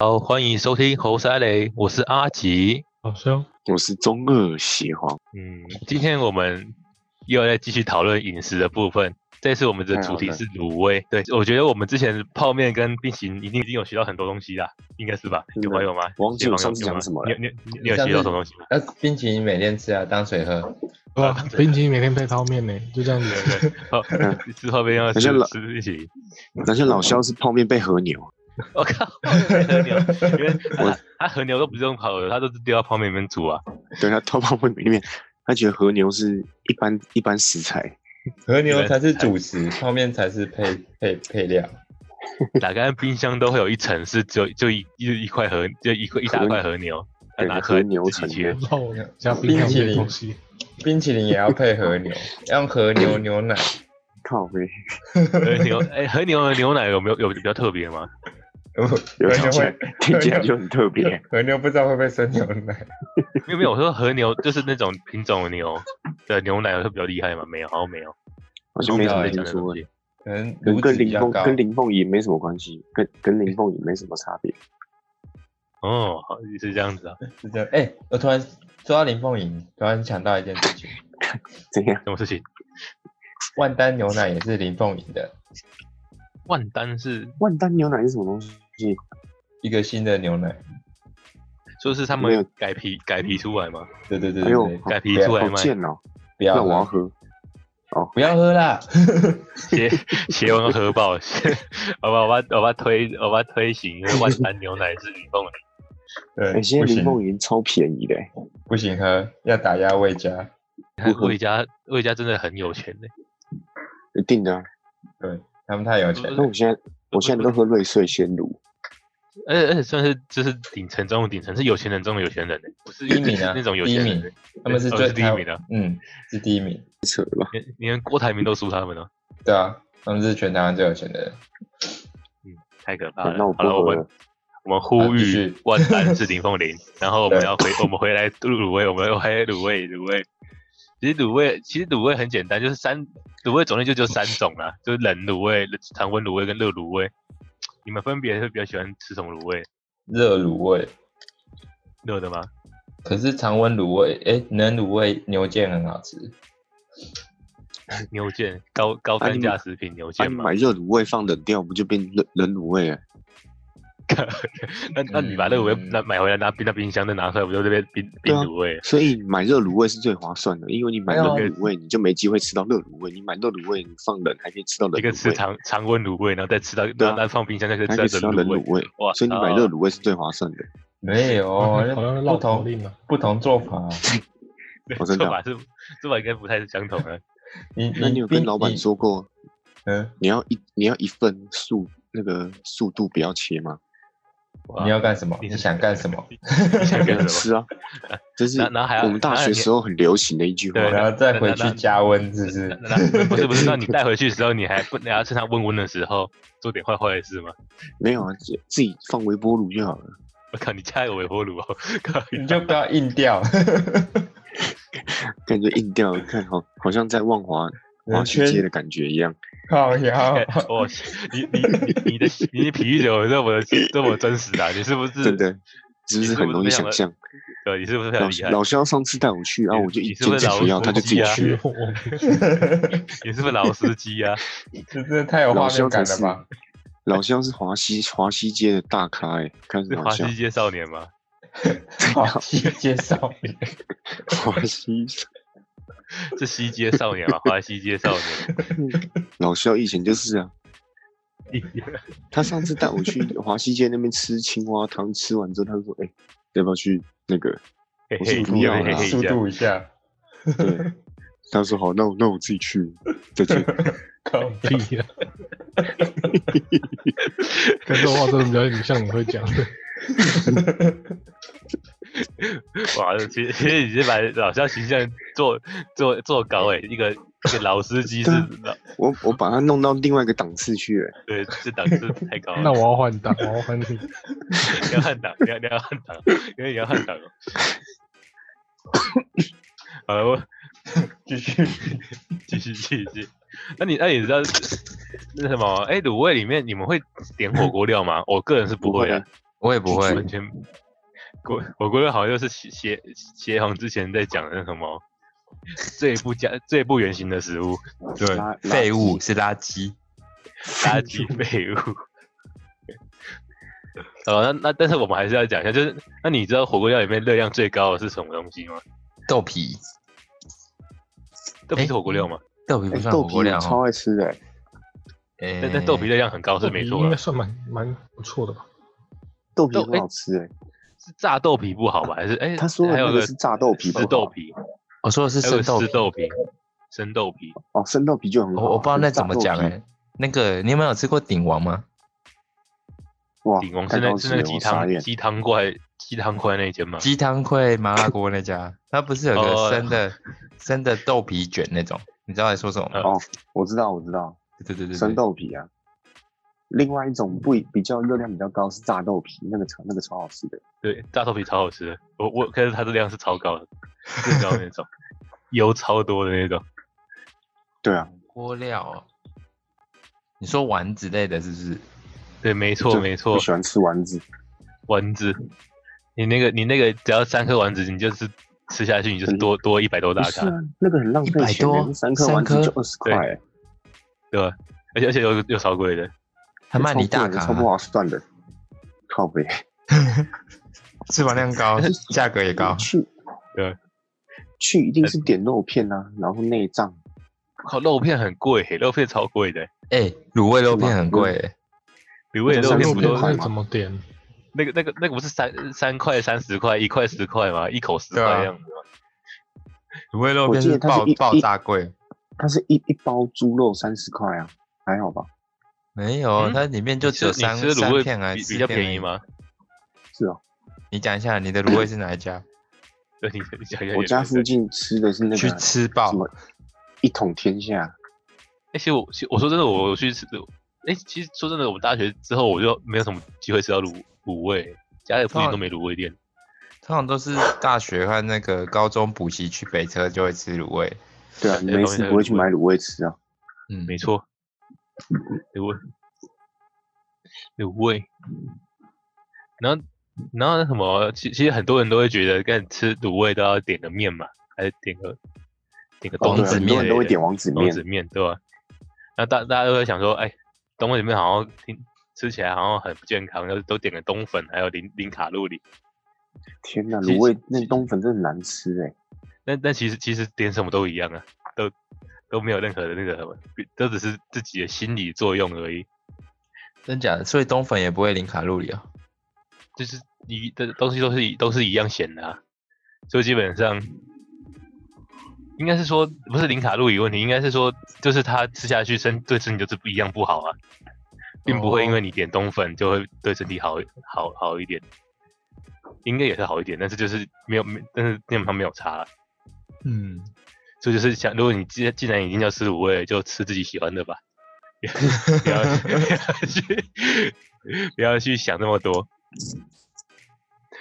好，欢迎收听猴塞雷，我是阿吉。好像我是中二邪皇，嗯，今天我们又要再继续讨论饮食的部分。这次我们的嗯太好主题了是卤味。对，我觉得我们之前泡面跟冰淇淋一定已经有学到很多东西啦，应该是吧？真的有吗？有吗？忘记有吗啊我上次讲什么有了吗你有你你有上学到次什么东西吗？那啊冰淇淋每天吃啊，当水喝。对啊，冰淇淋每天配泡面呢，就这样子。对对， 好，之后边要吃嗯好像老吃冰淇淋。那些老肖是泡面被和牛，我靠，和牛，因为他他和牛都不是用烤的，他都是丢到泡面里面煮啊。对他泡泡面里面，他觉得和牛是一般一般食材，和牛才是主食，泡面才是配配配料。打开冰箱都会有一层是只有就一就一块和就一块一大块和牛，再拿出来和牛自己层切面。然后加冰淇淋的东西，冰淇淋也要配和牛，要用和嗯牛牛奶。靠呗，和牛哎，和牛的牛奶有没有有比较特别吗？有和听牛起来会听起来就很特 别，和牛不知道会不会生牛奶，没有没有，我说和牛就是那种品种的牛的牛奶会比较厉害吗？没有，好像没有。好像没什我么们在讲听的说东欸，西。可能跟乳跟脂比林较凤高。跟林凤仪没什么关系，跟跟林凤仪没什么差别，哦，好是这样子啊？是这样。哎、我突然说到林凤营，突然想到一件事情，怎样？什么事情？万丹牛奶也是林凤营的万丹是万丹牛奶是什么东西？一个新的牛奶。就是他没有们改皮改皮出来吗？对对对哎对呦对，，好改皮出来好卖贱哦，不那要我要喝，喝，不要喝啦！斜斜文和核爆， 我把我把我把推我把推行万丹牛奶是林凤梨对， 哎，现在不林凤行仪超便宜的 欸，不行喝，要打压魏家。你看不喝魏家魏家真的很有钱嘞、一定的啊。对他们太有钱了。那我现在我现在都喝瑞穗鲜乳，而且而且算是就是顶层中的顶层，是有钱人中的有钱人、欸，不是第一名啊那种有第一钱名人、欸。他们是哦最是第一台名的嗯，是第一名，扯了吧？连连郭台铭都输他们哦了，对啊，他们是全台湾最有钱的人。太可怕好了。那我好不了，我喝们了。我们呼啊继吁续万丹是林凤玲，然后我们对要回我们回来卤味，我们要回来卤味卤味。其实卤味其实卤味很简单，就是三卤味种类就只有三种啦，就是冷卤味、常温卤味跟热卤味。你们分别会比较喜欢吃什么卤味？热卤味，热的吗？可是常温卤味，哎、冷卤味牛腱很好吃。牛腱高高单你价食品牛啊，腱你吗？买热卤味放冷掉，不就变冷冷卤味了？那那你把那个我拿买回来拿冰到冰箱再拿出来，不就这边冰冰嗯对啊卤味？所以买热卤味是最划算的，因为你买哎冷呦卤味，你就没机会吃到热卤味；你买热卤味，你放冷还可以吃到冷一个吃啊卤味，常常温卤味，然后再吃到，对然啊后再放冰箱，再还可以吃吃到到冷冷卤味。卤味。哇，所以你买热卤味是最划算的。没哦 有， 好像那绕口不同令啊。不同做法。对我真的做法是做法应该不太相同的。你那你有跟冰老板你说过嗯，你要一你要一份速那个速度不要切吗？哇你要干什么？你你是想干什么？你想干什么？是啊，这是然后然后还要我们大然后还学时候很流行的一句话。对然后再回那那去加温，是不那是？那不是不是，那你带回去的时候，你还不你还要趁它温温的时候做点坏坏的事吗？没有啊，自自己放微波炉就好了。我靠，你家有微波炉哦！靠你就不要硬掉，感觉硬掉了，看好好像在万华华西街的感觉一样。靠 腰。我你你你你的你的啤酒这么这么真实啊！你是不是真？的是不是很容易想象？对，你是不是很老厉害？老肖上次带我去啊，你我就你一是不件是老件啊不要，他就自己啊老去。我们你是不是老司机啊？ 这真的太有画老肖面才感是了吧？老肖是华西 华西街的大咖哎、开什是么华玩笑？西街少年吗？好，去介绍你。 华西是西街少年吗？华西街少年。老肖以前就是啊，他上次带我去华西街那边吃青蛙汤，吃完之后他就说：“哎、要不要去那个嘿我是嘿，不要嘿 嘿啦嘿啊速这样度一下，？”对，他说：“好，那我那我自己去，再见。靠腰屁 呀！可是话真的比较像你会讲的，哇，其实其实你是把老肖形象做做做高诶，一个一个老司机是老我”我把他弄到另外一个档次去了、对，这档次太高了。那我要换档，我要换你。你要换档，你要你要换档，因为你要换档哦。好了，我继续。继续继续。那你那你知道那什么？哎，卤味里面你们会点火锅料吗？我个人是不会的不，我也不会，完全。国我国乐好像就是协协协航之前在讲的那什么最不加最不圆形的食物，对垃，圾废物是垃圾，垃 圾废物。哦，那那但是我们还是要讲一下，就是那你知道火锅料里面热量最高的是什么东西吗？豆皮，豆皮是火锅料吗？豆皮哎不算豆火皮锅料我超哎哦。爱吃的欸，但但豆皮的热量很高是没豆错啊皮啦应该，算蛮蛮不错的吧？豆皮豆很好吃哎。是炸豆皮不好吧？还是哎、他说的还有那个是炸豆皮吧湿豆皮，我说的是还有生个豆湿皮，豆皮，生豆皮。哦，生豆皮就很好。我我不知道那怎么讲哎、哎。那个你有没有吃过鼎王吗？哇，鼎王太是那高是级那个了鸡我傻汤眼鸡汤怪鸡汤怪那一间吗？鸡汤烩麻辣锅那家，它不是有哦个生的、生的豆皮卷那种？你知道在说什么吗？呃哦，我知道我知道，对对对生对，豆皮啊。另外一种不比较热量比较高是炸豆皮，那个超那个超好吃的。对，炸豆皮超好吃的，我我可是它的量是超高的，最高的那种， 油超多的那种。对啊，锅料、哦。你说丸之类的是不是？对，没错就没错我，喜欢吃丸子，丸子，你那个你那个只要三颗丸子，你就是吃下去，你就是很多多一百多大不是卡啊，，那个很浪费100钱多欸，那三颗三丸子颗就二十块对欸，对吧？而且而且又又超贵的，他卖你超大贵的卡超不啊，划算的，靠北。脂肪量 高，价格也高。去，对，去一定是点肉片啊，然后内脏，靠，肉片很贵，肉片超贵的，哎、卤味肉片很贵、欸，比味那肉个片肉不三片都十块那吗怎么点？那个那个那个不是三三块三十块，一块十块吗？一口十块对啊的样子吗？欸卤味肉我片记得是它是爆一爆一炸贵。它是一一包猪肉三十块啊，还好吧？没有，嗯它里面就你只有吃三你吃三卤味片还比是比较四片便宜而已？吗？是哦，你讲一下你的卤味是哪 一家？对，你你想一下我也家是附近吃的是那个去什吃哦爆！么一统天下，哎、其实我其实我说真的，我去吃，哎、其实说真的，我们大学之后我就没有什么机会吃到卤卤味，家里附近哦都没卤味店。通常都是大学和那个高中补习去北车就会吃卤味。对啊，对你对旁没边事还不有会卤去味买卤味吃啊？嗯，没错，卤味，卤味。然后，然后那什么，其其实很多人都会觉得，干吃卤味都要点个面嘛，还是点个点个哦冬对啊子很多面之人类的，都会点王子冬面，子面对吧、那大大家都会想说，哎、冬子面好像听吃起来好像很不健康，都都点个冬粉，还有零零卡路里。天哪，其卤实味那冬粉真的很难吃哎，但但其实其实点什么都一样啊，都都没有任何的那个什么，都只是自己的心理作用而已。真假的？所以冬粉也不会零卡路里啊、就是一的东西都是一都是一样咸的、啊，所以基本上应该是说不是零卡路里问题，应该是说就是它吃下去身对身体就是不一样不好啊，并不会因为你点冬粉就会对身体好好好一点，应该也是好一点，但是就是没有没但是基本上没有差啊、嗯，这就是想，如果你既既然已经要吃卤味了，就吃自己喜欢的吧， 不要不要去 不要去想那么多。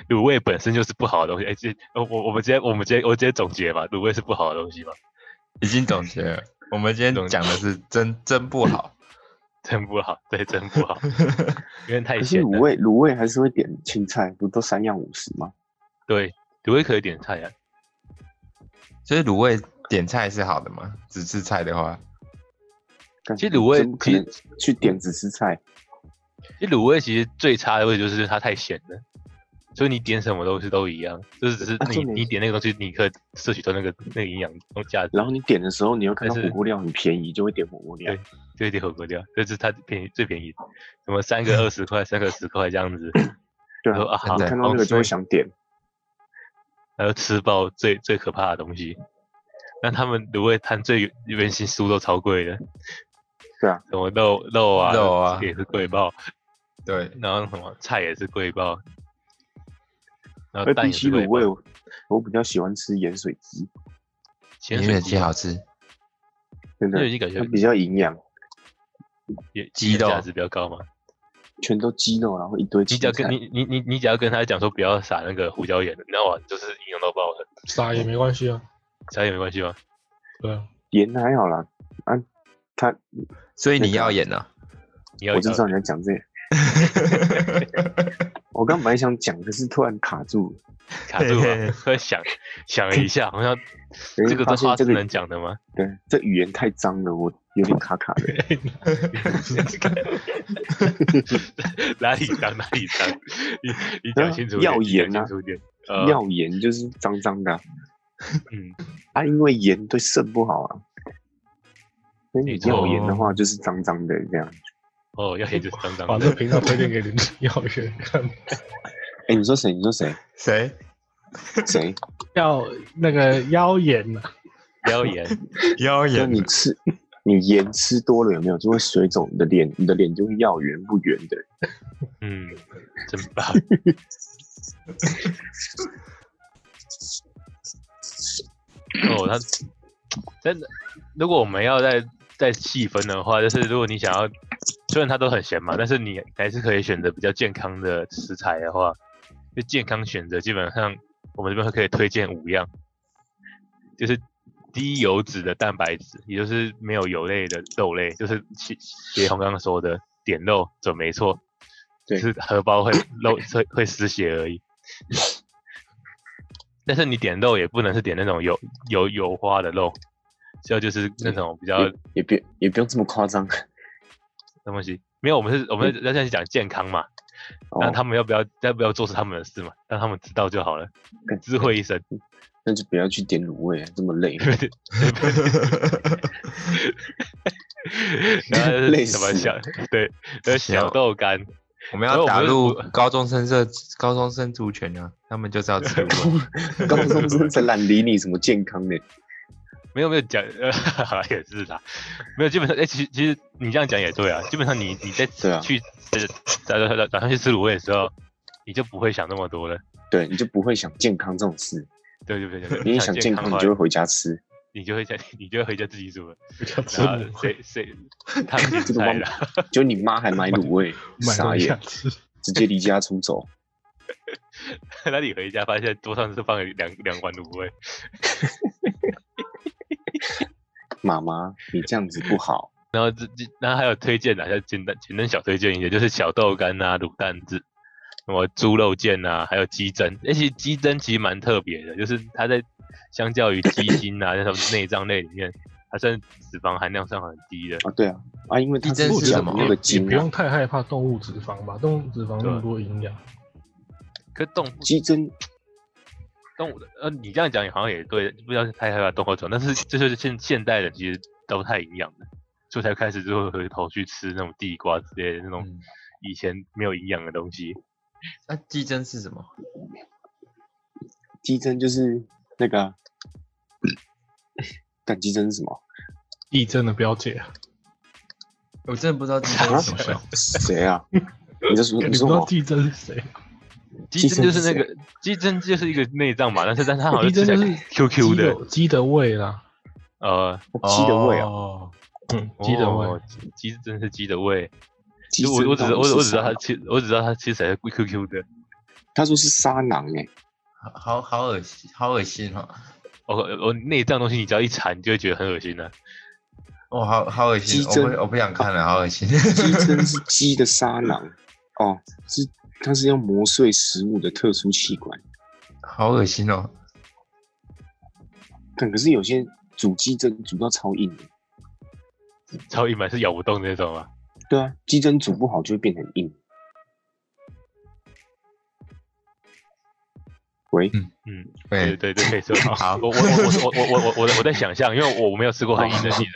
卤味本身就是不好的东西，哎、这呃我我们直接我们直接我直接总结吧，卤味是不好的东西嘛，已经总 结了。我们今天讲的是真真不好，真不好，对，真不 好，因为太可是咸卤了。味卤味还是会点青菜，不都三样五十吗？对，卤味可以点菜啊，所以卤味点菜是好的吗？只吃菜的话，干其实卤味真不可其实能去点只吃菜，其实卤味其实最差的位置就是它太咸了，所以你点什么东西都一样，就是只是啊你、重点你是点那个东西，你可以摄取到那个那个营养价值。然后你点的时候，你又看到但是火锅料很便宜，就会点火锅料对。就一点火锅料，这是它便宜最便宜，什么三个二十块，三个十块这样 子，对然后啊，啊好你对看到那个就所以会想点。然后吃爆最最可怕的东西。那他们卤味摊最原型酥都超贵的，对啊，什么肉肉啊肉啊也是贵爆，对，然后什么菜也是贵爆，然后而蛋比也起是贵卤味，爆，我我比较喜欢吃盐水鸡，咸盐水水鸡好吃，盐真的水，鸡感觉它比较营养，也鸡也价肉值比较高嘛。全都鸡肉，然后一堆你青只要跟菜，你你你你只要跟他讲说不要撒那个胡椒盐，那哇就是营养到爆了，撒也没关系啊，撒盐没关系吗？对啊，盐还好啦。啊，它所以那你 个要演啊。你要我就有知道你在讲这个，我刚本来想讲，可是突然卡住了。卡住了，突然想想了一下，好像这个发都现话这是个能讲的吗？ 对，这语言太脏了，我有点卡卡的。哪里脏哪里脏，你你讲清楚一点，耀你讲眼啊清楚一点，呃，耀盐就是脏脏的啊，嗯，啊因为盐对肾不好啊。所以你没错耀盐的话就是脏脏的这样。哦，耀眼就是脏脏把这个的，频道推荐给林耀远看。哎，你说谁？你说 谁？ 谁？谁？要那个妖啊眼呐、耀眼，妖就眼你 吃你盐吃多了有没有就会水肿，你的脸你的脸就会要圆不圆的。嗯，真棒，哦，他真的，如果我们要再再细分的话，就是如果你想要，虽然它都很咸嘛，但是你还是可以选择比较健康的食材的话，就健康选择基本上我们这边可以推荐五样，就是低油脂的蛋白质，也就是没有油类的肉类，就是协协红刚刚说的点肉准没错，对就是荷包会漏会会失血而已。但是你点肉也不能是点那种有有油花的肉，要就是那种比较也也别也不用这么夸张。什么东西？没有，我们是我们要现在讲健康嘛，那嗯哦，他们要不要要不要做是他们的事嘛，让他们知道就好了对，知会一 声。那就不要去点卤味，这么 累。然后就是累什么死小对，呃小豆干，我们所以要我打们入我高中生社、高中生族群啊，他们就知 道吃卤味。高中生才懒理你什么健康呢？没有没有讲，呃， 也是啦，没有基本上，哎、其实其实你这样讲也对啊，基本上你你在对啊去打打打打算去吃卤味的时候，你就不会想那么多了，对，你就不会想健康这种事。对对对对，你一想想健康的康，你话就会回家吃。你就会在你就会回家自己煮了，比较吃然后卤味，谁 谁烫青这个菜帮啦， 就你妈还买卤味，买傻回家眼，吃。直接离家出走。那你回家发现桌上是放了两两碗卤味，妈妈，你这样子不好。然后这这，然后还有推荐的，就简单简单小推荐一些，就是小豆干啊、卤蛋子，什么猪肉腱啊，还有鸡胗。而且鸡胗其实蛮特别的，就是它在相较于鸡心啊那种内脏类里面，它算脂肪含量算很低的。啊，对啊，啊，因为它鸡胗是是讲什么那个也筋不啊用，太害怕动物脂肪吧，动物脂肪那对啊么多营养，可动物鸡胗动物的，呃，你这样讲也好像也对，不要太害怕动物虫，但是这就是现现代人其实都太营养了，所以才开始就会回头去吃那种地瓜之类的那种嗯以前没有营养的东西。那鸡胗是什么？鸡胗就是那个啊，但鸡胗是什么？地震的表姐啊，我真的不知道鸡啊胗是什么东西。谁啊？你在 说你你不知说道我？地震是谁？鸡鸡胗胗就是是那个鸡胗就是一个内脏嘛，但是但是它好像鸡吃起胗就是来 QQ 鸡的，的鸡的胃啦，呃， 鸡的胃啊，哦，嗯，鸡的胃，哦，鸡鸡真是鸡的胃。鸡就我胗我只到底我只我是只知道啥它吃，我只知道它吃起来是 QQ 的。他说是沙囊哎，好好好恶心，好恶心哦！哦哦，内脏东西你只要一馋，你就会觉得很恶心了。我哦好好恶心，鸡我不胗我不想看了，好恶心。鸡胗是鸡的沙囊哦，是它是要磨碎食物的特殊器官。 好恶心哦！但可是有些煮鸡胗煮到超硬的，超硬嘛，是咬不动的那种嘛。对啊，鸡胗煮不好就会变很硬。喂，嗯，对 对对，对，可以说。哎好我我我我我我我我我在想象，因为我我没有吃过很硬的鸡胗，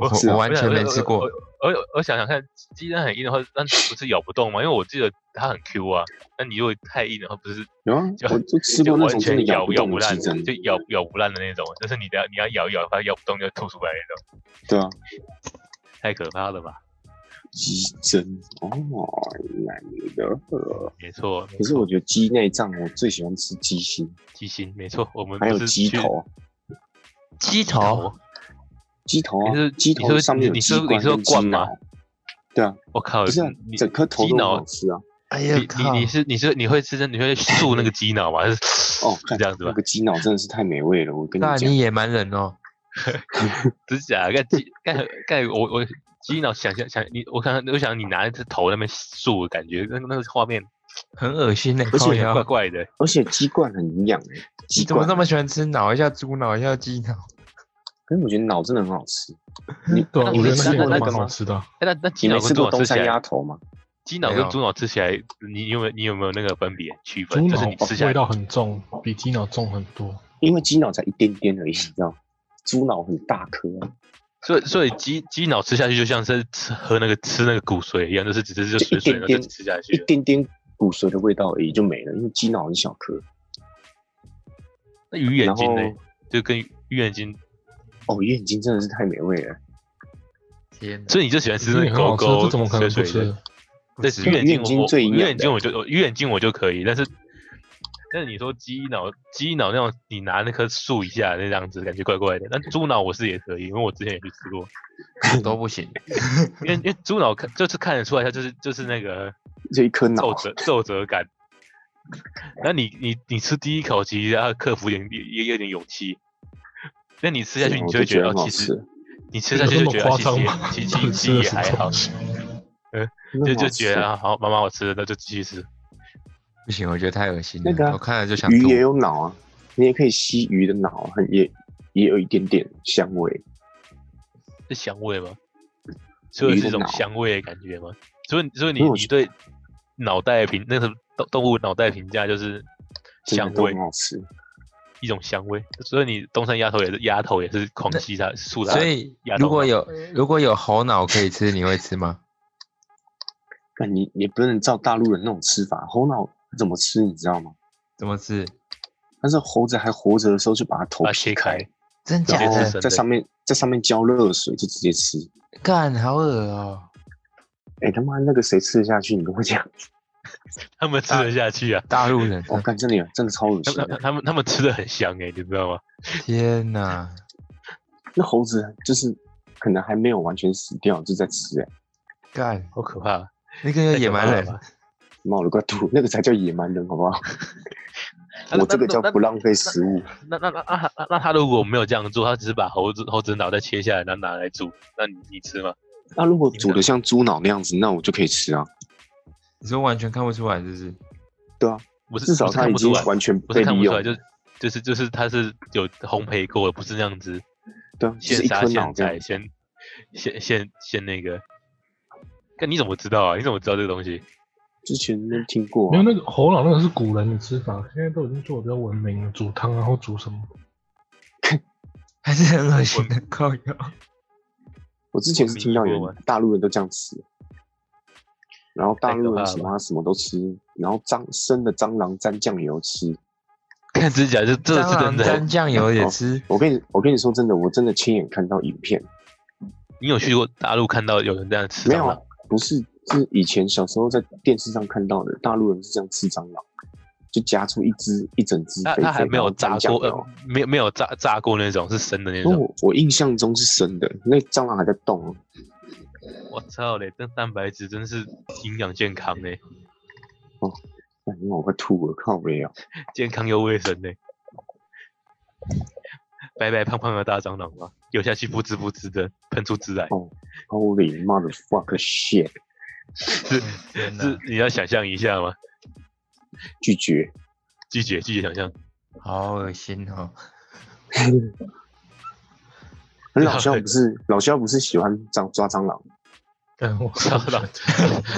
我是啊我完全没吃我过。我我我想想看，鸡蛋很硬的话，那不是咬不动吗？因为我记得它很 Q 啊。那你如果太硬的话，不是有啊就，我就吃就过那完种真的全咬不咬动不的烂鸡的，胗，就咬咬不烂的那种，就是你等下你要咬一咬，它咬不动就吐出来那种，对啊，太可怕了吧？鸡胗哦，难的。没错，可是我觉得鸡内脏，我最喜欢吃鸡心，鸡心没错，我们还有不是鸡去头，啊鸡头，鸡头啊你是，鸡你头是上面有你是鸡你冠是跟鸡冠吗脑。对啊，我靠，不是啊你整颗头鸡都很脑好，吃啊。哎你呀靠！你你是你是你会吃你会漱那个鸡脑吗？还是 哦，是看这样子吧那？个鸡脑真的是太美味了，我跟你那讲你，野蛮人哦！真假？啊干鸡干干我我鸡脑想象想你，我看我想你拿着头那边竖的感觉，那那个画面很恶心的、而且靠腰怪怪的。而且鸡冠很营养哎，鸡你怎么冠那么喜欢吃脑？一下猪脑，一下鸡脑。可是我觉得脑真的很好吃。你对啊，那我你觉得那吃些过都那蛮个好吗吃的啊。哎、那那鸡你没脑跟吃猪脑过东吃起山鸭来，头吗？鸡脑没跟有猪脑吃起来，你有没有你有没有那个分别区猪分？就脑是你吃起味来，道很重，比鸡脑重很多。因为鸡脑才一点点嗯而已，你知道吗？猪脑很大颗啊、所以所以鸡鸡脑吃下去就像是吃喝那个吃那个骨髓一样，就是只是就就水一水然点后点就吃下一去了。点点骨髓的味道而已就没了，因为鸡脑很小颗。那鱼眼然睛后呢？就跟鱼眼睛，哦，鱼眼睛真的是太美味了，天 哪！所以你就喜欢吃这那也个很好狗吃，这狗怎么可能水不水的吃？？但是鱼眼鱼睛眼睛我最营鱼养眼睛我就我鱼眼睛我就可以，但是但是你说鸡脑鸡脑那种你拿那棵树一下那样子感觉怪怪的，但猪脑我是也可以，因为我之前也去吃过，都不行。因为因为猪脑看就是看得出来它就是就是那个这一颗皱脑褶皱褶感。那你你你吃第一口其实要克服一点也也有点勇气，那你吃下去你我就就会觉觉得得很哦好其吃实。你吃下去有就那觉么得夸哦其张吗实也其实其实吃了 也什还么好东，西就那么就好觉吃得啊好蛮蛮好吃的，那就继续吃。不行，我觉得太恶心了，那个啊我看了就想鱼吐。也有脑啊，你也可以吸鱼的脑，啊很也也有一点点香味。是香味吗？所以鱼是的一种脑香味的感觉吗？所以所以你因为我你觉对脑袋的评那个动动物脑袋的评价就是真的香都味很，好吃。一种香味。所以你东山鸭头也是鸭头也是狂那吸它素它，所以亚如东果吗有如果有猴脑可以吃，你会吃吗？但你你不能照大陆人那种吃法，猴脑怎么吃你知道吗？怎么吃？但是猴子还活着的时候就把它头把它切劈开开，真假直接然吃生？的后哦的在上面在上面浇热水就直接吃。干，好恶哦！哎、他妈那个谁吃得下去？你跟 我讲，他们吃得下去啊？大陆人啊，我、看真的有，真的超恶他 心们的。他们他们吃的很香哎、你知道吗？天哪！那猴子就是可能还没有完全死掉就在吃、哎，干，好可怕！那太个叫野可怕蛮了人吧，妈我的个土， 那个才叫野蛮人好不好？那 我这个 那叫那不浪费食物。那那那那那那那他如果没有这样做，他只是把猴子猴子脑袋切下来，然后拿来煮，那你你吃吗？那如果煮的像猪脑那样子，那我就可以吃啊。你说完全看不出来，就是对啊，我是至少我是它看已不出经来，完全不是被看利不出用来，。就就是就是它是有烘焙过的，不是那样子对啊，就是现一杀颗现脑这宰样。现现现现那个。那你怎么知道啊？你怎么知道这个东西？之前都听过、没有啊，那个猴脑那个是古人的吃法，现在都已经做的比较文明了，煮汤然后煮什么？还是很恶心的靠腰。我之前是听到有我没听过人大陆人都这样吃，然后大陆人太什可怕么什么都吃，然后蟑生的蟑螂沾酱油吃。看指甲，这这蟑是真螂的沾。酱油 也吃，我跟你我跟你说真的，我真的亲眼看到影片，你有去过大陆看到有人这样吃没蟑有螂啊？，不是是以前小时候在电视上看到的，大陆人是这样吃蟑螂，就夹出一只一整只他肥他还肥，没然有后炸沾酱过，油呃。，没有没有炸炸过那种，是生的那因为种。我我印象中是生的，那蟑螂还在动哦。我操嘞，这蛋白质真是营养健康嘞，哎我快吐了，靠啊没有。健康又卫生嘞。白白胖胖的大蟑螂嘛，咬下去不滋不滋的，喷出汁来。哦 Holy mother fuck shit！是哦天哪！是，你要想象一下吗？拒绝。拒绝拒绝想 象，好恶心哦！可是老啊肖不是老肖不是喜欢蟑抓蟑螂，但我蟑螂。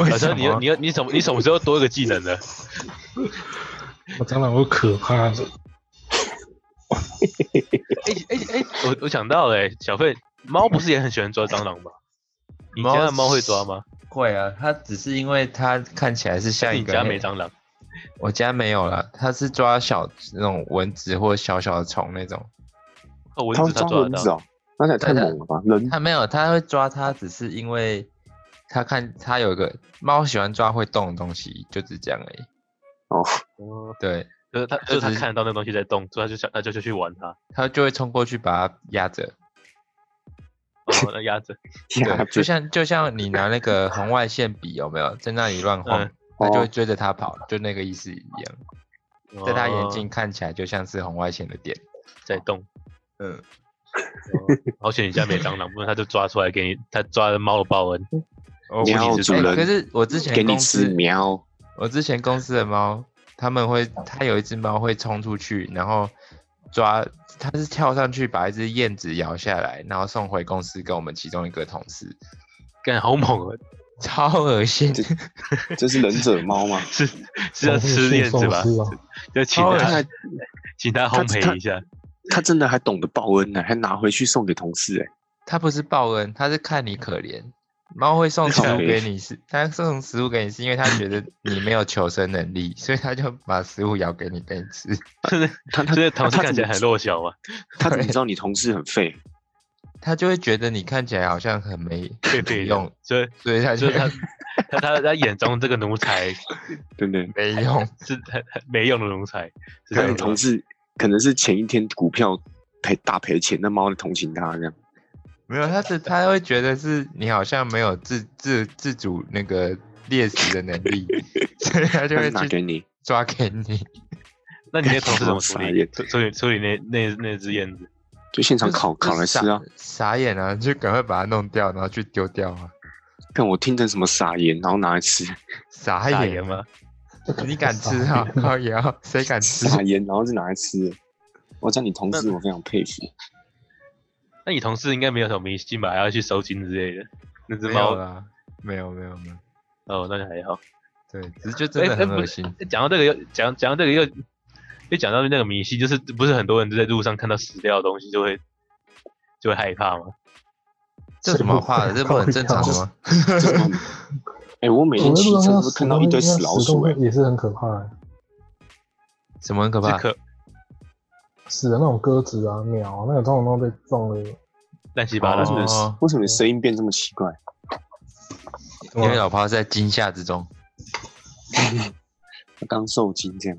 为老什师，么你要啊你要你什么你什么时候多一个技能呢？我啊蟑螂会可怕的，哎哎哎，我我想到了、欸，小费猫不是也很喜欢抓蟑螂吗？你猫家的猫会抓吗？会啊？它只是因为它看起来是像一你个家黑没蟑螂？我家没有啦，它是抓小那种蚊子或小小的虫那种。哦，蚊他会子它抓抓得蚊子到。哦，那也太猛了吧！人它没有，它会抓它，只是因为它看它有一个猫喜欢抓会动的东西，就只这样而已。哦，哦，对，就是它就是它只是看得到那东西在动，所以它就想它就就去玩它，它就会冲过去把它压着。 哦，那鸭子。呀对，，就像就像你拿那个红外线笔有没有，在那里乱晃嗯，它就会哦追着它跑，就那个意思一样。哦哦在它眼睛看起来就像是红外线的点。在动。嗯，哦 好险你家没蟑螂，不然他就抓出来给你，他抓了猫的报恩。我你我好只主哎人可是我之给前你公吃司，喵，我之前公司的猫，他们会，它有一只猫会冲出去，然后抓，它是跳上去把一只燕子咬下来，然后送回公司给我们其中一个同事，干好猛哦！？超恶心，这这是忍者猫 吗是哦是要吃燕子吧？要请超恶他心请他烘焙一下，它真的还懂得报恩呢、还拿回去送给同事哎、它不是报恩，它是看你可怜。猫会送食靠物北给你是，它送食物给你是因为它觉得你没有求生能力，所以它就把食物咬给你给你吃。他他所以同事他看起来很弱小嘛，他怎么知道你同事很废？它就会觉得你看起来好像很没对没对用的，，所以所以它所就以他他他他眼中这个奴才对不对？没用。是很很没用的奴才，是这他的样同子事可能是前一天股票赔大赔钱，那猫同情他这样。没有，他是他会觉得是你好像没有自自自主那个猎食的能力， 所以他就那会拿给去你， 抓给你。吗。那你那同事怎么 处傻理眼？处处理处理那那那只燕子？就现场就是烤烤来吃啊！！就是傻傻眼啊，就赶快把它弄掉，然后去丢掉啊！看我听成什么傻眼，然后拿来 吃，傻大眼眼？吗？你敢吃啊？靠腰，谁敢吃？傻眼，然后就拿来吃。我叫你同事，我非常佩服。那你同事应该没有什么迷信吧？还要去收金之类的？那只没猫有啦，没有没有没有。哦，那就还好。对，只是就真的哎很哎恶不心。讲到这个又讲讲到这个又又讲到那个迷信，就是不是很多人就在路上看到死掉的东西就会就会害怕吗？这有什么话的？这不很正常的 啊吗？这怎么 哎、我每我天在骑路车上都看到一堆死老鼠、哎，也是很可怕欸的，什么很可是怕？可，死的那种鸽子啊、鸟啊，那个通常都被撞了。乱七八哦糟。为什么你声音变这么奇怪？因为老婆在惊吓之中。我刚受惊这样，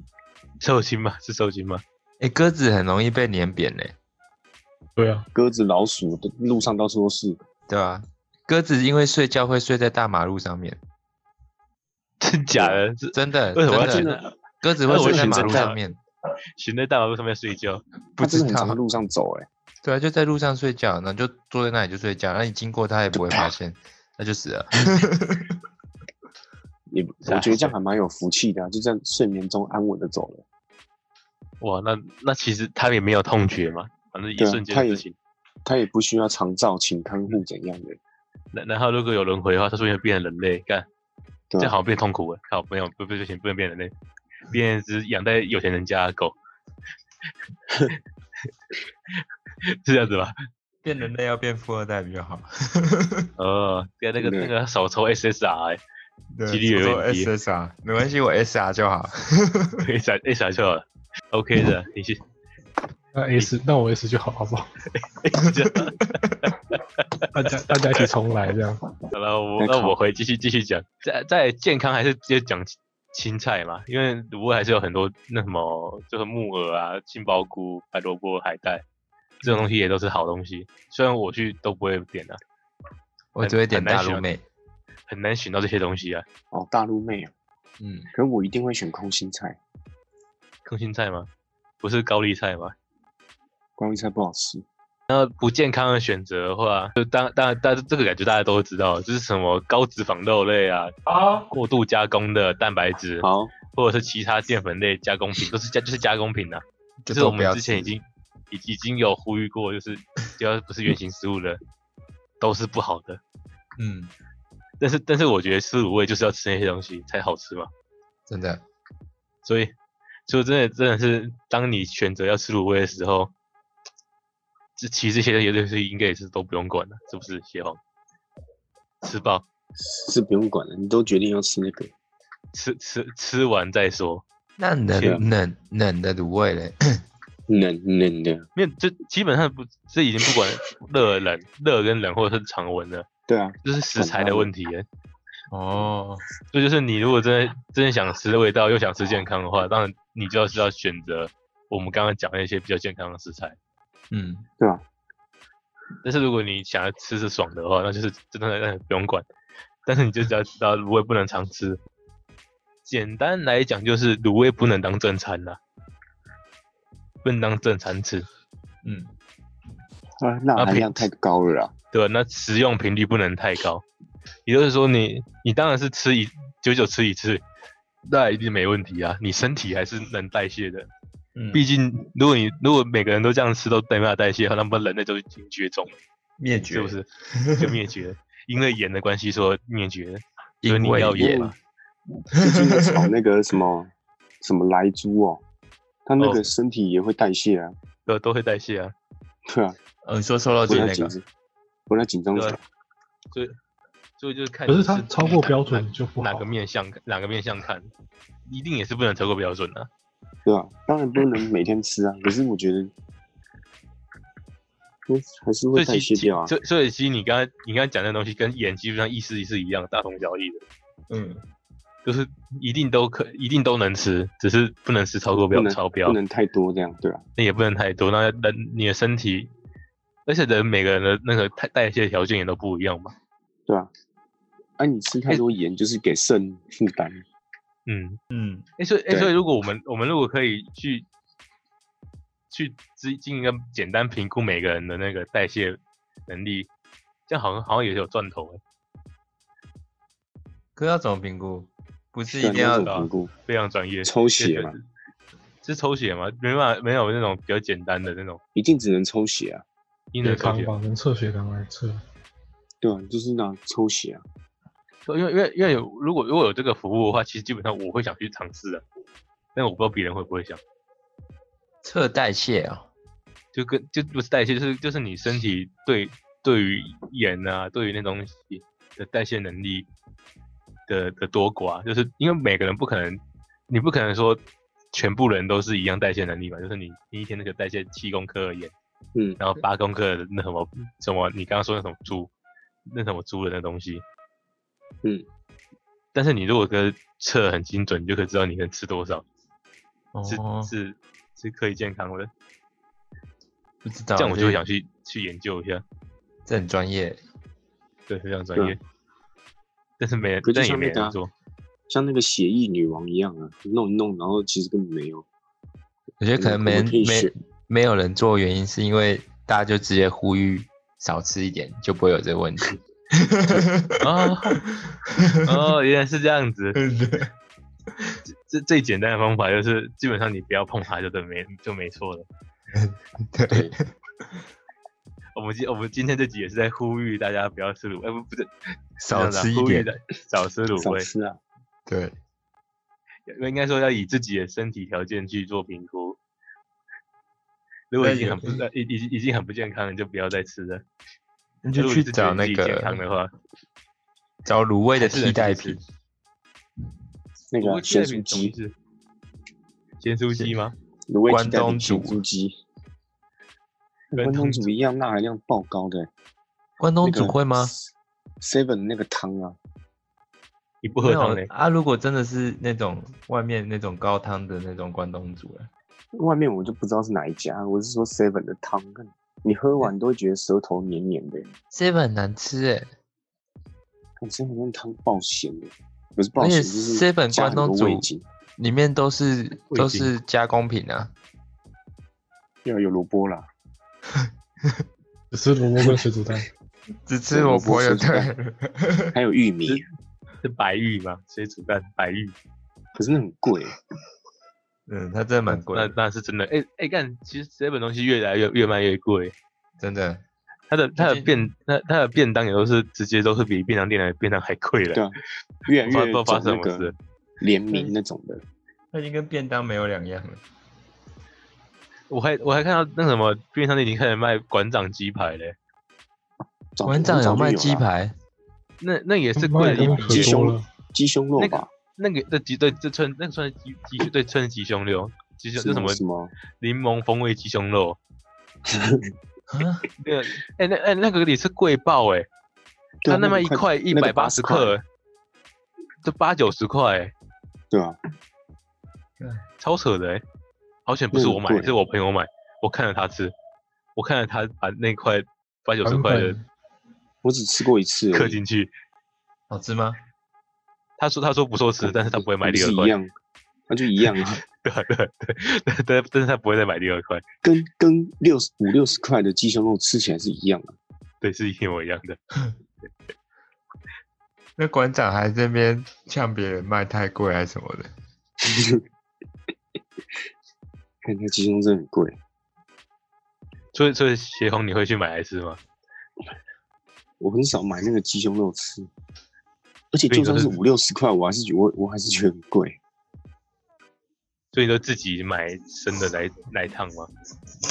受精吗？ 是受精吗？哎，鸽子很容易被碾扁嘞。对啊，鸽子、老鼠的路上到处都是。对啊，鸽子因为睡觉会睡在大马路上面，真假的？ 是真的，为什么要真选的，在鸽子为什么会睡在选马择路大上面，选在大马路上面睡觉？不它真知的很常在道，路上走、哎，对啊，就在路上睡觉，然后就坐在那里就睡觉，那你经过它也不会发现，那就死了。也不啊我觉得这样还蛮有福气的、啊，就在睡眠中安稳的走了。哇，那那其实他也没有痛觉嘛，反正一对啊瞬间他的也事情。它也不需要长照、请看护怎样的。然然后如果有轮回的话，他说不定变成人类，干，这对啊样好像变痛苦了。好，没有，不不不行，不能变人类，变成只养在有钱人家的 狗，是这样子吧？ 变人类要变富二代比较好，哦，对啊，那个对那个手抽 SSR，哎 对几率有我点低 SSR，没关系，我 SR 就好。 可以闪 S 闪就好了，OK 的，你去那 S 那我 S 就好，好不好？这样大家大家一起重来 这样。好了，我再那考我回继续继续讲，在在健康还是直接讲青青菜嘛，因为卤味还是有很多那什么，就是木耳啊、杏鲍菇、白萝卜、海带这种东西也都是好东西，虽然我去都不会点啊，我只会点很难大选陆妹，很难选到这些东西啊。哦，大陆妹啊，嗯，可我一定会选空心菜，空心菜吗？不是高丽菜吗？高丽菜不好吃。那不健康的选择的话，就当当然，但是这个感觉大家都知道，就是什么高脂肪肉类啊，啊，过度加工的蛋白质，好，或者是其他淀粉类加工品，都是加就是加工品啊。就嗯就是我都不们要之前已吃。经已已经有呼吁过，就是只要不是原型食物的，都是不好的。嗯，但是但是我觉得吃卤味就是要吃那些东西才好吃嘛，真的，所以所以真的真的是当你选择要吃卤味的时候，这其实这些东西东西应该也是都不用管了，是不是？蟹黄吃饱是不用管了，你都决定要吃那个，吃吃吃完再说，那天啊冷冷冷的卤味嘞，冷冷的。没有就基本上不这已经不管热冷热跟冷或者是常温了，对啊，这是食材的问题了。哦，这就是你如果真的真的想吃味道又想吃健康的话，当然你就是要选择我们刚刚讲的一些比较健康的食材。嗯，但是如果你想要吃是爽的话，那就是真的那不用管。但是你就只要知道卤味不能常吃。简单来讲就是卤味不能当正餐啦、不能当正餐吃。嗯，它钠啊含量太高了啊啦。对吧？那食用频率不能太高，也就是说你，你当然是吃一久久吃一次，那一定没问题啊，你身体还是能代谢的。嗯，毕竟，如果你如果每个人都这样吃都没办法代谢的话，那么人类就已经绝种了，灭绝是不？ 是？就灭绝了，因为盐的关系说灭绝了，所以因你为要盐盐嘛。最近在炒那个什么什么莱猪哦，它那哦个身体也会代谢啊，都都会代谢啊，对啊，哦呃，你说瘦肉不精太那紧个，张，不太紧张对什啊么，所以所以就是看可你是是哎它超过哪标准就不哪好啊个。面向哪个面向看，一定也是不能超过标准的、啊。对啊，当然不能每天吃啊，可是我觉得。嗯还是所会以代其谢其掉啊，所以所以其实你刚才你刚才讲的东西跟盐基本上意思是一样，大同小异的，嗯，就是一定都可一定都能吃，只是不能吃超过标不能超标不。能太多这样，对啊，那也不能太多，那人你的身体，而且人每个人的那个代代谢条件也都不一样嘛。对啊，啊，你吃太多盐就是给肾负担，嗯，嗯，哎、所以哎、对所以如果我们我们如果可以去去进进行一个简单评估每个人的那个代谢能力，这样好像好像也有赚头诶，可是要怎么评估？不是对一啊定要那种评估，非常专业。抽血嘛，是抽血吗？没办法，没有那种比较简单的那种一定只能抽血啊，婴儿血抽糖血吗，吧，能测血糖来测。对啊，就是拿抽血啊，对因为因为因为有如果如果有这个服务的话，其实基本上我会想去尝试的，但我不知道别人会不会想。测代谢啊、就跟就不是代谢，就是就是你身体对对于盐啊，对于那东西的代谢能力的的多寡，就是因为每个人不可能，你不可能说全部人都是一样代谢能力嘛，就是你你一天那个代谢七公克的盐，嗯，然后八公克的那什么什么，你刚刚说那什么猪，那什么猪的那东西，嗯，但是你如果跟测很精准，你就可以知道你能吃多少，是哦，是是可以健康的，不知道，这样我就这会想去去研究一下。这很专业。对，非常专对啊业。但是没人可，就但也像没那个人 啊做。像那个血液女王一样啊，弄一弄，然后其实根本没有，我觉得嗯可能没人我可以没选没有人做，原因是因为大家就直接呼吁少吃一点，就不会有这个问 题。哦哦，原来是这样子。对，这最简单的方法就是，基本上你不要碰它，就对没就没错了。对，我们今我们今天这集也是在呼吁大家不要吃卤，哎、不不是少吃一，这样点子啊。呼吁大少吃卤少味。吃啊，对，应该说要以自己的身体条件去做评估。如果那已经有很不呃已已已经很不健康了，你就不要再吃了。那如就果去你是觉得找你那自己健康个的话，找卤味的 还是能替继续代吃品。那不个过啊替代咸品酥什么意鸡，思？咸酥鸡吗？卤味关鸡蛋东饼咸煮酥鸡，关跟东东煮一样，钠含量爆高的、欸，关那东个煮会 吗？ ？Seven 那个汤啊，你不没喝有汤嘞？啊，如果真的是那种外面那种高汤的那种关东煮，外面我就不知道是哪一家，我是说 Seven 的汤，看你喝完都会觉得舌头黏黏的、欸，这本很难吃哎，看 Seven 那汤爆咸的、不是爆而且咸，就是 seven 加很关东多味煮精，里面都是味都精是加工品啊，要有萝卜啦，只吃萝卜跟水 煮蛋， 哎只吃萝卜就对 萝了。还有玉米，是白玉吗？水煮蛋白玉，可是那很贵欸、嗯，它真的蛮贵那的，那是真的。哎、哎，干、其实这本东西越来越越卖越贵，真的。它的它的近便它它的便当也都是直接都是比便当店的便当还贵了。对啊，越来不知道不越知道走发生那什么个事，联名那种的，它已经跟便当没有两样了。我还我还看到那什么便当店已经开始卖馆长鸡排嘞，早馆长很早有就卖啦鸡排，那哦那也是贵卖了一的笔可耶。多了。鸡胸肉那个吧，那个那鸡对这串那个串鸡鸡胸对串鸡胸肉，鸡胸是这什么什么柠檬风味鸡胸肉，啊，那个哎、那哎、那个也是贵爆哎、对它啊那么个一块一那个百八十80块克，这八九十块欸，对啊，超扯的、欸。好险不那是很我买贵，是我朋友买，我看着他吃，我看着他把那块八九十版块的本我只吃过一次而已，刻进去。好吃吗？他说他说不错吃，但是他不会买不第是二一块。样，那就一样啊， 对啊对啊对，但但但是他不会再买第二块，跟跟六十五六十块的鸡胸肉吃起来是一样的。对，是一模一样的。那馆长还在那边呛别人卖太贵还是什么的，看一下鸡胸真的很贵，所以所以协红你会去买来吃吗？我很少买那个鸡胸肉吃，而所且以就你都算是是五六十块，我还是觉我我还是觉得很贵。所以你都自己买生的来来烫吗？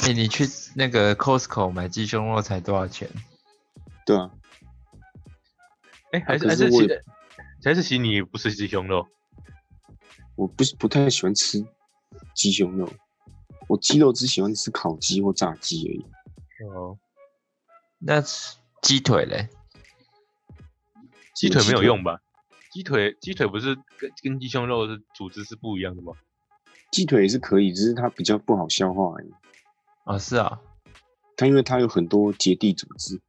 哎、你去那个 Costco 买鸡胸肉才多少钱？对啊，哎、还是可还是是我其也还是其实你不是鸡胸肉，我不是不太喜欢吃鸡胸肉，我鸡肉只喜欢吃烤鸡或炸鸡而已。哦，那吃鸡腿嘞？鸡腿没有用吧？鸡腿鸡腿不是跟跟鸡胸肉的组织是不一样的吗？ 鸡腿也是可以，只是它比较不好消化而已。哦，是啊、它因为它有很多结缔组织，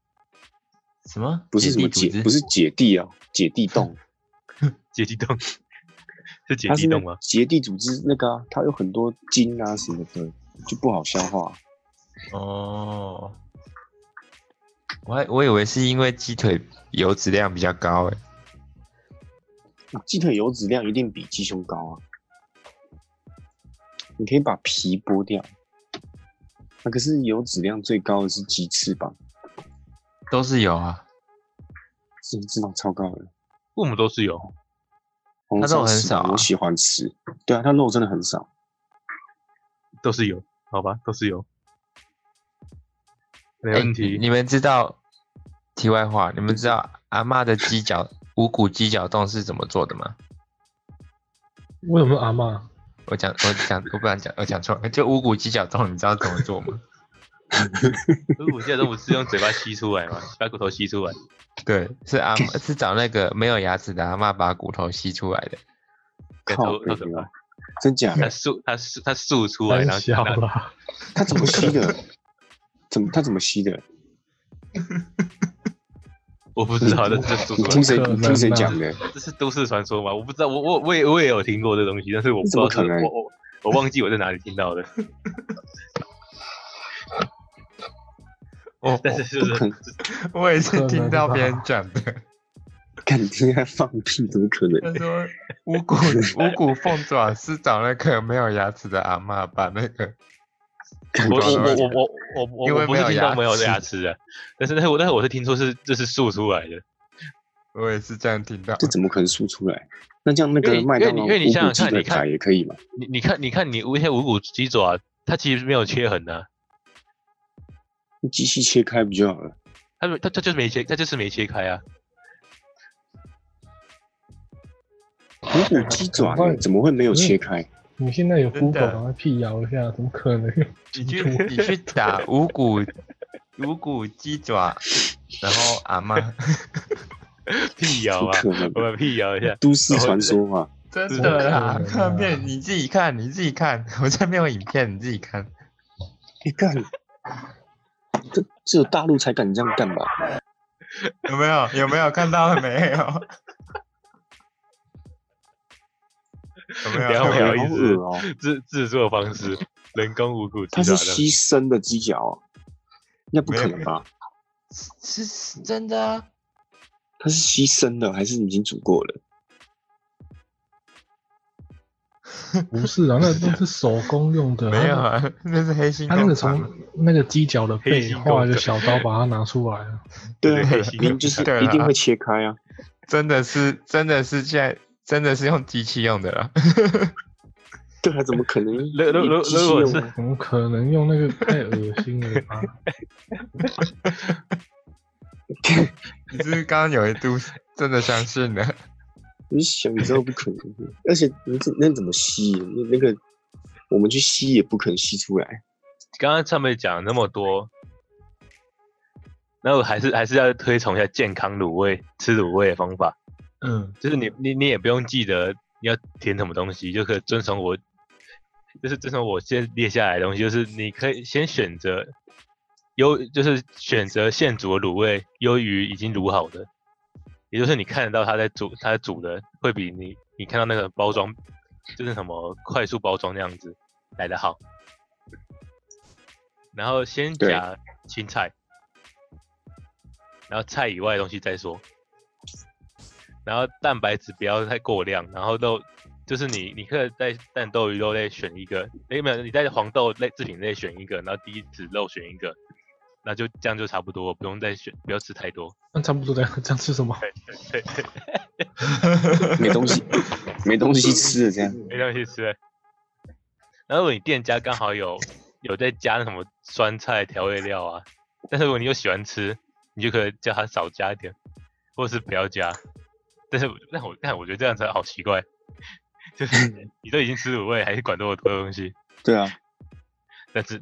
什么？不是什么姐弟结，组织不是姐弟啊，姐弟 洞，解鸡冻是解它鸡是冻吗？结缔组织那个啊，它有很多筋啊什么的，就不好消化。哦。我还我以为是因为鸡腿油脂量比较高诶，啊鸡腿油脂量一定比鸡胸高啊。你可以把皮剥掉，啊，可是油脂量最高的是鸡翅膀，都是油啊，鸡翅膀超高的。父母都是有，红它肉烧很翅少膀啊我喜欢吃。对啊，它肉真的很少。都是有，好吧，都是有。没哎问你题，你们知道？题外话，你们知道阿嬷的鸡脚五谷鸡脚冻是怎么做的吗？为什么阿嬷？我讲我讲我不想讲我讲错了，就五谷鸡脚冻，你知道怎么做吗？哎 可是我现在都不是用嘴巴吸出来嘛， 把骨头吸出来。 对，是阿嬷是找那个没有牙齿的阿嬷把骨头吸出来的。对靠都都北怎么啊办？真假它 的？竖它竖它竖出来，啊太然后小啊拿了，它怎么吸的？怎么它怎么吸的？我不 知道，这你这竖你出听来。谁不可你听谁能啊讲的？这是都市传说吗？我不知道，我我我也我也有听过这东西，但是我不知道怎么可能是我我我忘记我在哪里听到 的。哦我 但是就不是可能我我也是可听能到吧别人讲的，看你听他放屁，怎么可他能？说五谷五谷凤爪是找那个没有牙齿的阿嬷把那个我不我知道我啊我我我我因为我不没是有听牙到没有齿牙齿的，但是但是我但是我是听说是这是竖出来的，我也是这样听到。这怎么可能输出来？那这样那因为个你麦当劳因为你因为你无想骨想看鸡腿你看排也可以嘛？你你看你看你那些五谷鸡爪，啊它其实没有切痕的、啊，用机器切开不就好了？它没它它就是没切，它就是没切开啊。无骨鸡 爪赶快呢怎么会没有切开？你现在有真的 Google 啊赶快辟谣一下，怎么可能？ 你去你去打五谷五谷鸡爪，然后阿嬷 辟谣不啊，可能我！们辟谣一下。都市传说嘛，真是的的啦，看片啊你自己看你自己看，我这边有影片你自己看。你干， 这只有大陆才敢这样干吧？有没有？有没有看到了没有？ 有没不要有？不要有好没有？意思恶哦！制制作方式，人工五谷它鸡爪是的，牺牲的鸡脚哦，那不可能吧？是是真的啊！它是牺牲的还是已经煮过了？不是啊，那那是手工用的，没有啊，那是黑心他那个工从厂。那个鸡脚的黑背心画一工个厂小刀把它拿出来了，对啊对对，明明就是对啊一定会切开啊！真的是真的是现在真的是用机器用的啦。 对啊，怎么可能？如如如机器如果用是啊怎么可能用那个太恶心了吧？你是不是刚刚有一度真的 相信了？你想，你知道不可能，而且你怎那怎么吸？那那个我们去吸也不可能吸出来。刚刚上面讲那么多，那我还是还是要推崇一下健康卤味吃卤味的方法，嗯，就是你你你也不用记得你要填什么东西，就可以遵从我，就是遵从我先列下来的东西，就是你可以先选择优，就是选择现煮的卤味优于已经卤好的，也就是你看得到它在煮它在煮的，会比你你看到那个包装就是什么快速包装那样子来的好。然后先对夹青菜，然后菜以外的东西再说。然后蛋白质不要太过量，然后肉就是你你可以在蛋豆鱼肉类选一个，诶没有你在黄豆类制品类选一个，然后低脂肉选一个，那就这样就差不多，不用再选，不要吃太多。那差不多的，这样吃什么？哎对对，没东 西，没东西吃的这样。没东西吃了。然后如果你店家刚好有有在加那什么酸菜调味料啊，但是如果你又喜欢吃，你就可以叫他少加一点，或是不要加。但是我但我但我觉得这样子好奇怪，就是你都已经吃卤味，还是管那么多东西。对啊，但是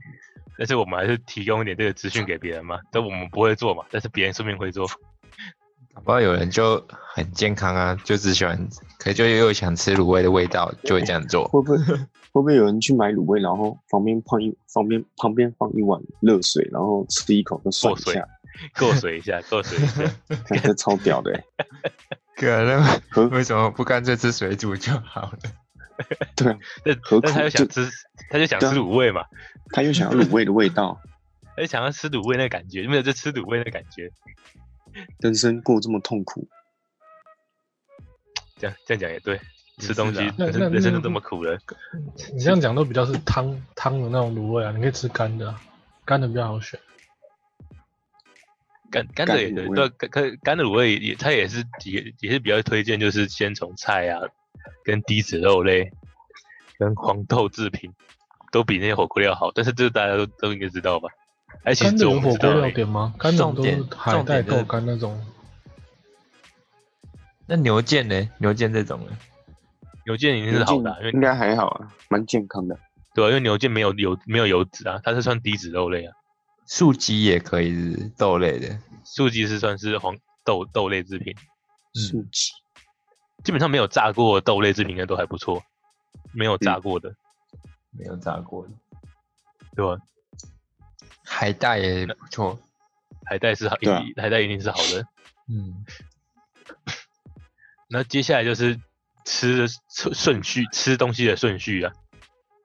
但是我们还是提供一点这个资讯给别人嘛，但我们不会做嘛，但是别人说不定会做。搞不知道有人就很健康啊，就只喜欢，可就又想吃卤味的味道，就会这样 做。会不会会不会有人去买卤味，然后旁边放一旁边旁边放一碗热水，然后吃一口就涮一过水下，过水一下，过水一下。看这超屌的欸、可能何为什么不干脆吃水煮就好了？对啊，但何但他苦又想就吃，他就想吃对啊卤味嘛，他又想要卤味的味道，他就想要吃卤味那个感觉，没有就吃卤味那感觉。人生过这么痛 苦，这样这样讲也对，吃是东西啊那人那生人生那都这么苦了，你这样讲都比较是汤汤的那种卤味啊，你可以吃干的啊、干的比较好选。干干干的也卤对，味对干干干的卤味也他也是也也是比较推荐，就是先从菜啊，跟低脂肉类，跟黄豆制品，都比那些火锅料好。但是这个大家都都应该知道吧？哎而且干只有的我有们火知锅道而料已店吗？干的都是重点海带重点就是豆干那种，那牛腱呢？牛腱这种呢？牛腱已经是好的啊、因为应该还好啊，蛮健康的。对、啊，因为牛腱没有油没有油脂啊，它是算低脂肉类啊。素鸡也可以是豆类的，素鸡是算是黄豆豆类制品，素鸡基本上没有炸过的豆类制品应该都还不错，没有炸过的，没有炸过的。对吧？海带也不错，海带是好，对啊海带一定是好的。嗯，那接下来就是吃的顺顺序，吃东西的顺序啊。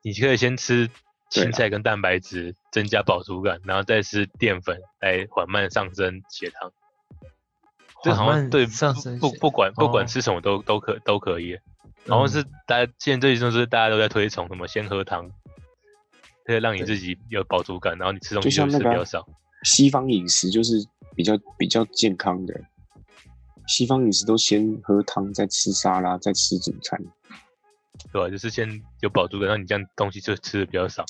你可以先吃对啊青菜跟蛋白质，增加饱足感，然后再吃淀粉来缓慢上升血糖。这好缓像慢对上不升不血不管不管哦吃什么都都可都可以，好像是大家现在最近就是大家都在推崇什么先喝汤，可以让你对自己有饱足感，然后你吃东就西像就那吃比个啊较少。西方饮食就是比较比较健康的，西方饮食都先喝汤，再吃沙拉，再吃主餐。对吧、就是先有饱足感，然后你这样东西就吃的比较少。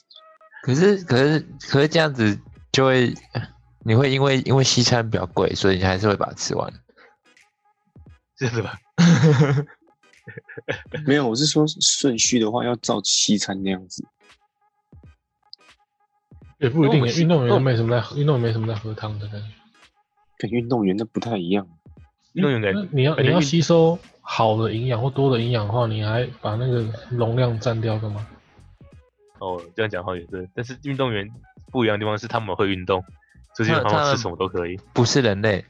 可是可是可是这样子就会，你会因为因为西餐比较贵，所以你还是会把它吃完。是的吧？没有，我是说顺序的话要照西餐那样子。也不跟一我定们耶。西运动员跟我都没什么在喝，运动员没什么在喝汤的感觉。跟运动员那不太一样，运动员那感你要感你觉要哎运吸收好的营养或多的营养的话，你还把那个容量占掉干嘛？哦，这样讲好像也对，但是运动员不一样的地方是他们会运动，所以他他们他们们吃什么都可以。不是人类，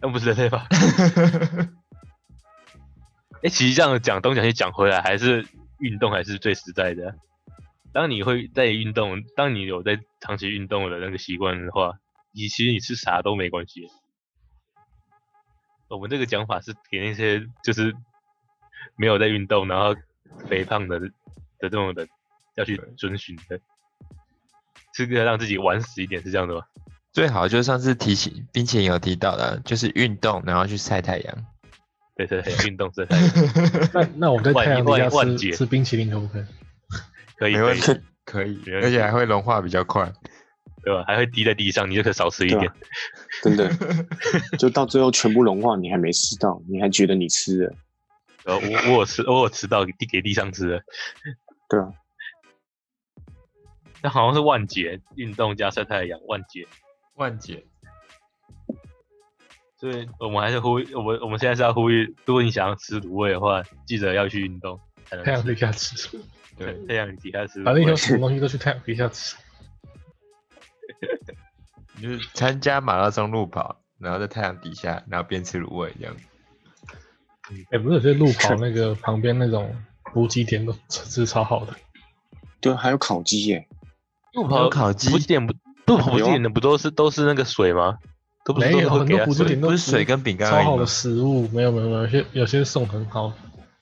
那呃不是人类吧？ 哎、其实这样讲东讲西讲回来，还是运动还是最实在的啊。当你会在运动，当你有在长期运动的那个习惯的话，你其实你吃啥都没关系。我们这个讲法是给那些就是没有在运动，然后肥胖的的这种人要去遵循的，是个让自己玩死一点，是这样的吗？最好就上次提起冰淇淋有提到的，啊就是运动，然后去晒太阳。对对对，运动这才那那我在万一太阳底下万万吃劫吃冰淇淋可不可以？嗯可以，没可问以，题，可以没，问而题且还会融化比较快。对吧？还会滴在地上，你就可以少吃一对啊点。真的，就到最后全部融化，你还没吃到，你还觉得你吃了，啊呃，我我有吃，我有吃到地给地上吃的，对啊，那好像是万劫运动加晒太阳，万劫。万姐，所以我们还是呼吁，我们我们现在是要呼吁，如果你想要吃卤味的话，记得要去运动才能太阳吃底下吃，对太阳底下吃反正卤有味。什么东西都去太阳底下吃。你就是参加马拉松路跑，然后在太阳底下，然后边吃卤味这样。 哎、不是有些路跑那个旁边那种补给点都吃超好的，对啊，还有烤鸡耶、不还有烤鸡补给点不不补给有啊点的不都是都是那个水吗？都不是没有都会很给啊他多补给水点都不是是水跟饼干而超已好吗的食物，没有没有没有，有些有些送很好，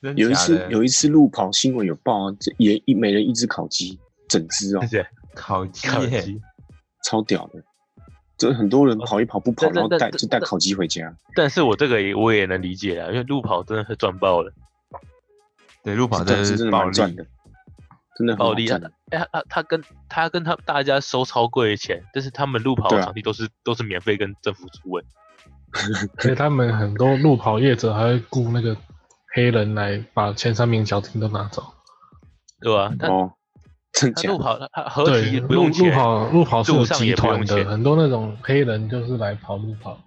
真有一假次的有一次路跑新闻有报啊，这也一每人一只烤鸡，整只哦谢，谢烤鸡烤耶鸡。超屌的。这很多人跑一跑不跑，哦但然后但带但就带但烤鸡回家。但是我这个也我也能理解啦，啊因为路跑真的是赚爆了，对，路跑这真的真是的暴蛮赚力，的，真的很暴好利啊赚的。！哎、他他跟他跟他大家收超贵的钱，但是他们路跑对的啊场地都是、都是免费跟政府租诶、而且他们很多路跑业者还会雇那个黑人来把前三名小팀都拿走。对吧、他、哦，真他假路的？跑他他合对，体也不路用路钱，跑路跑是有路上集也不用团的，钱很多那种黑人就是来跑路跑。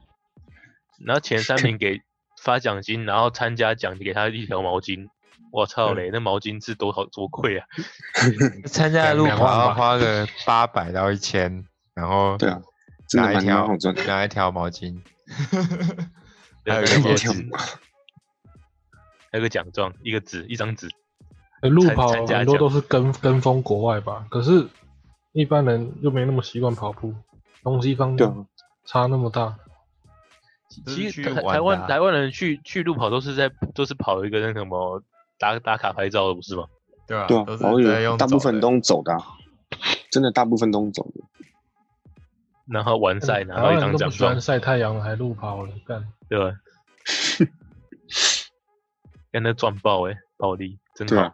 然后前三名给发奖金，然后参加奖给他一条毛巾。我操嘞，那毛巾是多少多贵啊？参加的路两跑啊万要吧花个八百到一千，然后对啊，真的拿一蛮蛮条好赚的。拿一条毛 巾，还还有有一一个个毛毛巾巾，还有个奖状，一个纸，一张纸。呃路跑参加很多奖都是跟跟风国外吧，可是一般人又没那么习惯跑步，东西方对啊，差那么大。都是其去实台玩台的湾啊台湾人去去路跑都是在都是跑一个那什么打打卡拍照的，不是吗？对吧、对啊都，然后是在有用大部分走的都走的啊，真的大部分都走的。然后完赛拿嗯台到湾一人张都奖不喜欢状，晒太阳了，还路跑了，干对 吧？跟那赚爆哎、欸，暴利真对好啊，，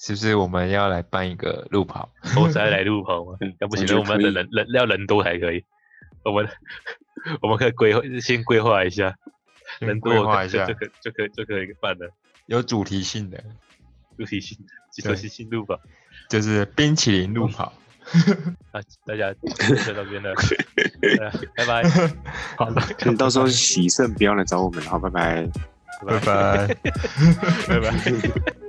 是不是我们要来办一个路跑？我才来路跑嘛 嗯，那不我行，觉那得我们可要以等人人要人多才可以。我们 我们可以规划先规划一下，嗯先人多规划我一就下就可就可就可以办了，有主题性的，主题性主对题性路跑。就是冰淇淋路跑。啊，大 家就到这边了，对啊拜拜，好了。你到时候喜盛不要来找我们，好，拜拜。 拜拜。拜拜。